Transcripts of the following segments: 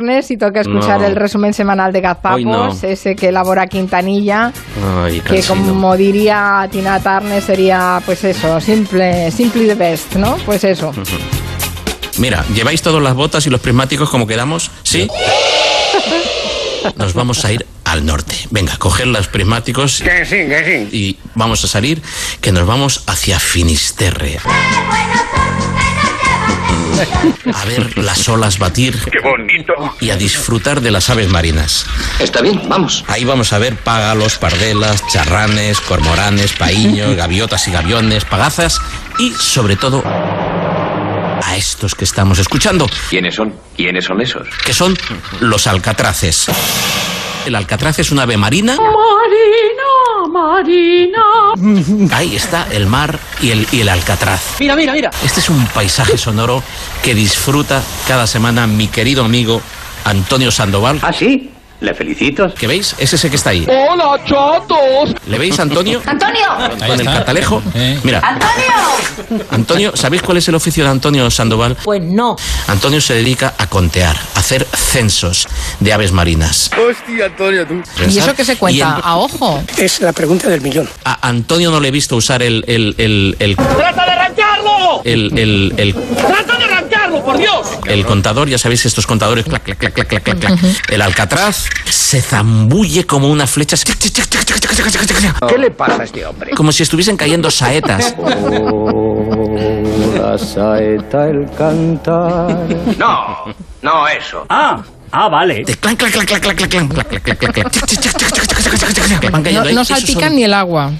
viernes y toca escuchar No. el resumen semanal de Gazpapos, Hoy no. ese que elabora Quintanilla, Ay, que cansino. como diría Tina Turner sería, pues eso, simple, simply the best, ¿no? Pues eso. Mira, ¿lleváis todas las botas y los prismáticos como quedamos? ¿Sí? Nos vamos a ir al norte. Venga, coger los prismáticos Que sí, que sí. y vamos a salir, que nos vamos hacia Finisterre. A ver las olas batir Qué bonito. y a disfrutar de las aves marinas. Está bien, vamos. Ahí vamos a ver págalos, pardelas, charranes, cormoranes, paíños, gaviotas y gaviones, pagazas y sobre todo a estos que estamos escuchando, ¿Quiénes son? ¿Quiénes son esos? que son los alcatraces. El alcatraz es una ave marina. Marina, marina. Ahí está el mar y el, y el alcatraz. Mira, mira, mira. Este es un paisaje sonoro que disfruta cada semana mi querido amigo Antonio Sandoval. Ah, sí. Le felicito. ¿Que veis? Es ese que está ahí. ¡Hola, chatos! ¿Le veis, Antonio? ¡Antonio! Con el catalejo. Mira, ¡Antonio! Antonio, ¿sabéis cuál es el oficio de Antonio Sandoval? Pues no. Antonio se dedica a contear, a hacer censos de aves marinas. Hostia, Antonio, tú. ¿Y eso que se Y cuenta? en- A ojo. Es la pregunta del millón. A Antonio no le he visto usar el. el, el, el ¡Trata de arrancarlo! el, el- el- ¡Trata de arrancarlo, por Dios! el contador, ya sabéis estos contadores, clac, clac, clac, clac, clac, clac, clac. El alcatraz se zambulle como una flecha, chac, chac, chac, chac, chac, chac, chac, chac, chac, ¿Qué le pasa a este hombre? como si estuviesen cayendo saetas. La saeta el cantar. No, no eso. Ah, ah, vale. De clan, clan, clan, clan, clan, clan, clan, clan, clan, clan, clan, chac, chac, chac, chac, chac, chac, chac, chac, chac, chac, que No, van cayendo ahí. no Esos son- Oh. salpican ni el agua.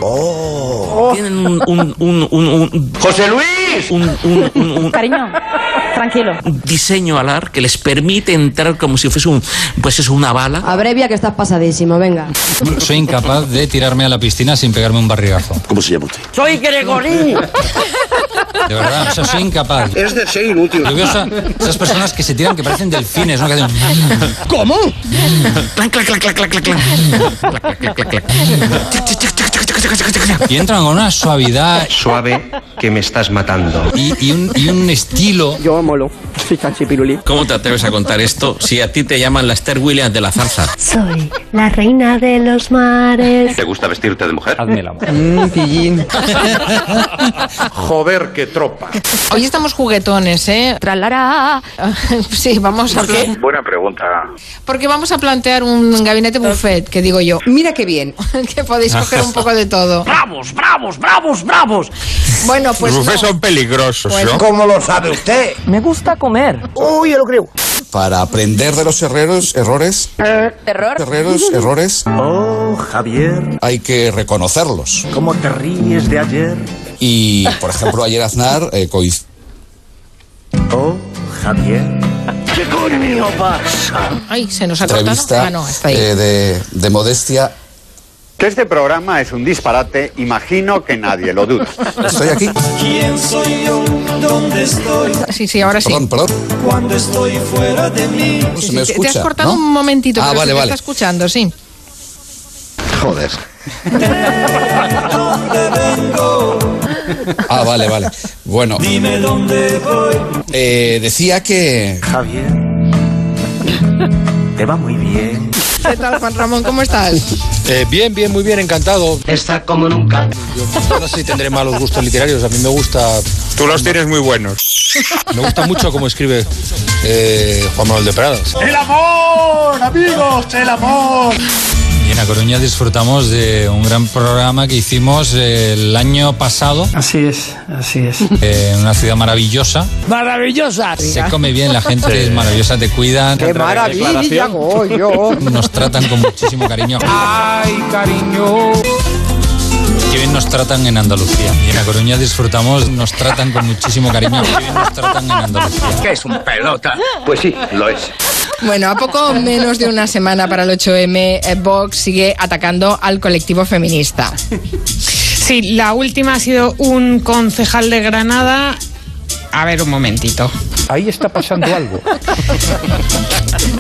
Tienen un, un, un, un, un- ¡José Luis! un- un- un- un- Cariño, tranquilo. un diseño alar que les permite entrar como si fuese un, pues eso, una bala. Abrevia que estás pasadísimo, venga. Soy incapaz de tirarme a la piscina sin pegarme un barrigazo. ¿Cómo se llama usted? ¡Soy Gregorín! De verdad, o sea, soy incapaz. Es de ser inútil. Yo veo esa- esas personas que se tiran que parecen delfines, ¿no? Que hacen- ¿Cómo? Clan, clan, clan, clan, clan, clan, clan. Clan, clan, clan, clan. Tic, tic, tic, tic, tic, tic, tic, tic, tic. Y entran con una suavidad Suave, que me estás matando. y, y un, y un estilo. Yo molo. Soy chachipirulí. ¿Cómo te atreves a contar esto si a ti te llaman la Esther Williams de la zarza? Soy la reina de los mares. ¿Te gusta vestirte de mujer? Hazme el amor. Joder, qué tropa. Hoy estamos juguetones, ¿eh? Tralará. Sí, vamos a Eh, hablar- Buena pregunta. Porque vamos a plantear un gabinete buffet, que digo yo. Mira qué bien. que podéis coger un poco de todo. ¡Bravos, bravos, bravos, bravos! Bueno, pues no. peligrosos, Pues- ¿Cómo lo sabe usted? Me gusta comer. Uy, yo lo creo. Para aprender de los herreros, errores, Error. herreros, errores, Oh, Javier, hay que reconocerlos. ¿cómo te ríes de ayer? Y, por ejemplo, ayer Aznar eh, coincidió Oh, Javier. Ay, se nos ha cortado. entrevista Ah, no, está ahí. eh, de, de modestia. Que este programa es un disparate, imagino que nadie lo duda. Estoy aquí. Sí, sí, ahora sí. Perdón, perdón. Cuando estoy fuera de mí. Se me Te- escucha. te has cortado ¿no? un momentito, Ah, pero se vale, te vale. está escuchando, sí. Joder. Ah, vale, vale. Bueno. Dime dónde voy. decía que. Javier. Te va muy bien. ¿Qué tal, Juan Ramón? ¿Cómo estás? Eh, bien, bien, muy bien, encantado. Está como nunca. Yo no sé si tendré malos gustos literarios. A mí me gusta, Tú los tienes muy buenos. me gusta mucho cómo escribe eh, Juan Manuel de Pradas. ¡El amor, amigos! ¡El amor! Y en A Coruña disfrutamos de un gran programa que hicimos eh, el año pasado Así es, así es. eh, en una ciudad maravillosa. ¡Maravillosa! Se come bien, la gente es maravillosa, te cuidan, maravilla, yo. nos tratan con muchísimo cariño. ¡Ay, cariño! Qué bien nos tratan en Andalucía. Y en La Coruña disfrutamos, nos tratan con muchísimo cariño. Qué bien nos tratan en Andalucía. ¿Qué es un pelota? Pues sí, lo es. Bueno, a poco menos de una semana para el 8M, eh, Vox sigue atacando al colectivo feminista. Sí, la última ha sido un concejal de Granada. A ver un momentito. Ahí está pasando algo.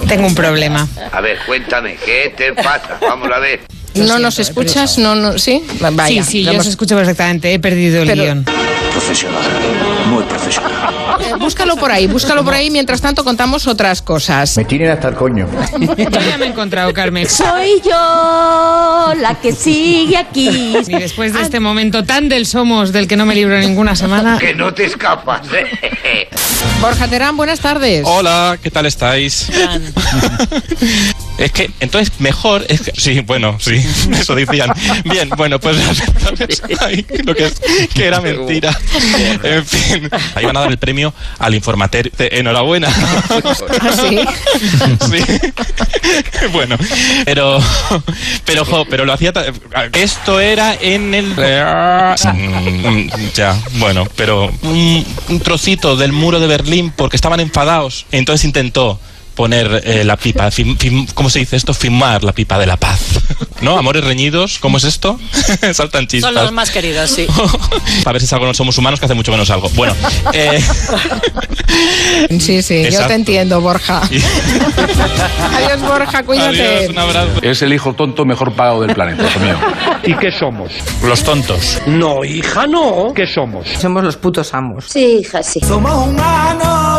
Tengo un problema. A ver, cuéntame, ¿qué te pasa? Vamos a ver. ¿No nos eh, escuchas? No, no, ¿Sí? Vaya, sí, sí, lo yo os hemos- escucho perfectamente. He perdido el Pero- guión. Profesional, muy profesional. Eh, búscalo por ahí, búscalo por ahí. Mientras tanto contamos otras cosas. Me tienen hasta el coño. Yo ya me he encontrado, Carmen. Soy yo la que sigue aquí. Y después de este momento tan del somos, del que no me libro ninguna semana. Que no te escapas, ¿eh? Borja Terán, buenas tardes. Hola, ¿qué tal estáis? Es que, entonces, mejor es que- Sí, bueno, sí, eso decían. Bien, bueno, pues entonces, ay, lo que, es- que era mentira. En fin, ahí van a dar el premio al Informater. Te- Enhorabuena. sí? Bueno, pero, pero, jo, pero lo hacía... ta- Esto era en el... Mm, Ya, bueno, pero un, un trocito del muro de Berlín porque estaban enfadados. Entonces intentó poner eh, la pipa, fim- fim- ¿cómo se dice esto? Filmar la pipa de la paz. ¿No? Amores reñidos, ¿cómo es esto? Saltan chispas. Son los más queridos, sí. A ver si salgo, no somos humanos, que hace mucho que no salgo. Bueno, eh, Sí, sí, yo Exacto. te entiendo, Borja. Adiós, Borja, cuídate. Eh, Es el hijo tonto mejor pagado del planeta, hijo mío. ¿Y qué somos? Los tontos. No, hija, no. ¿Qué somos? Somos los putos amos. Sí, hija, sí. Somos humanos.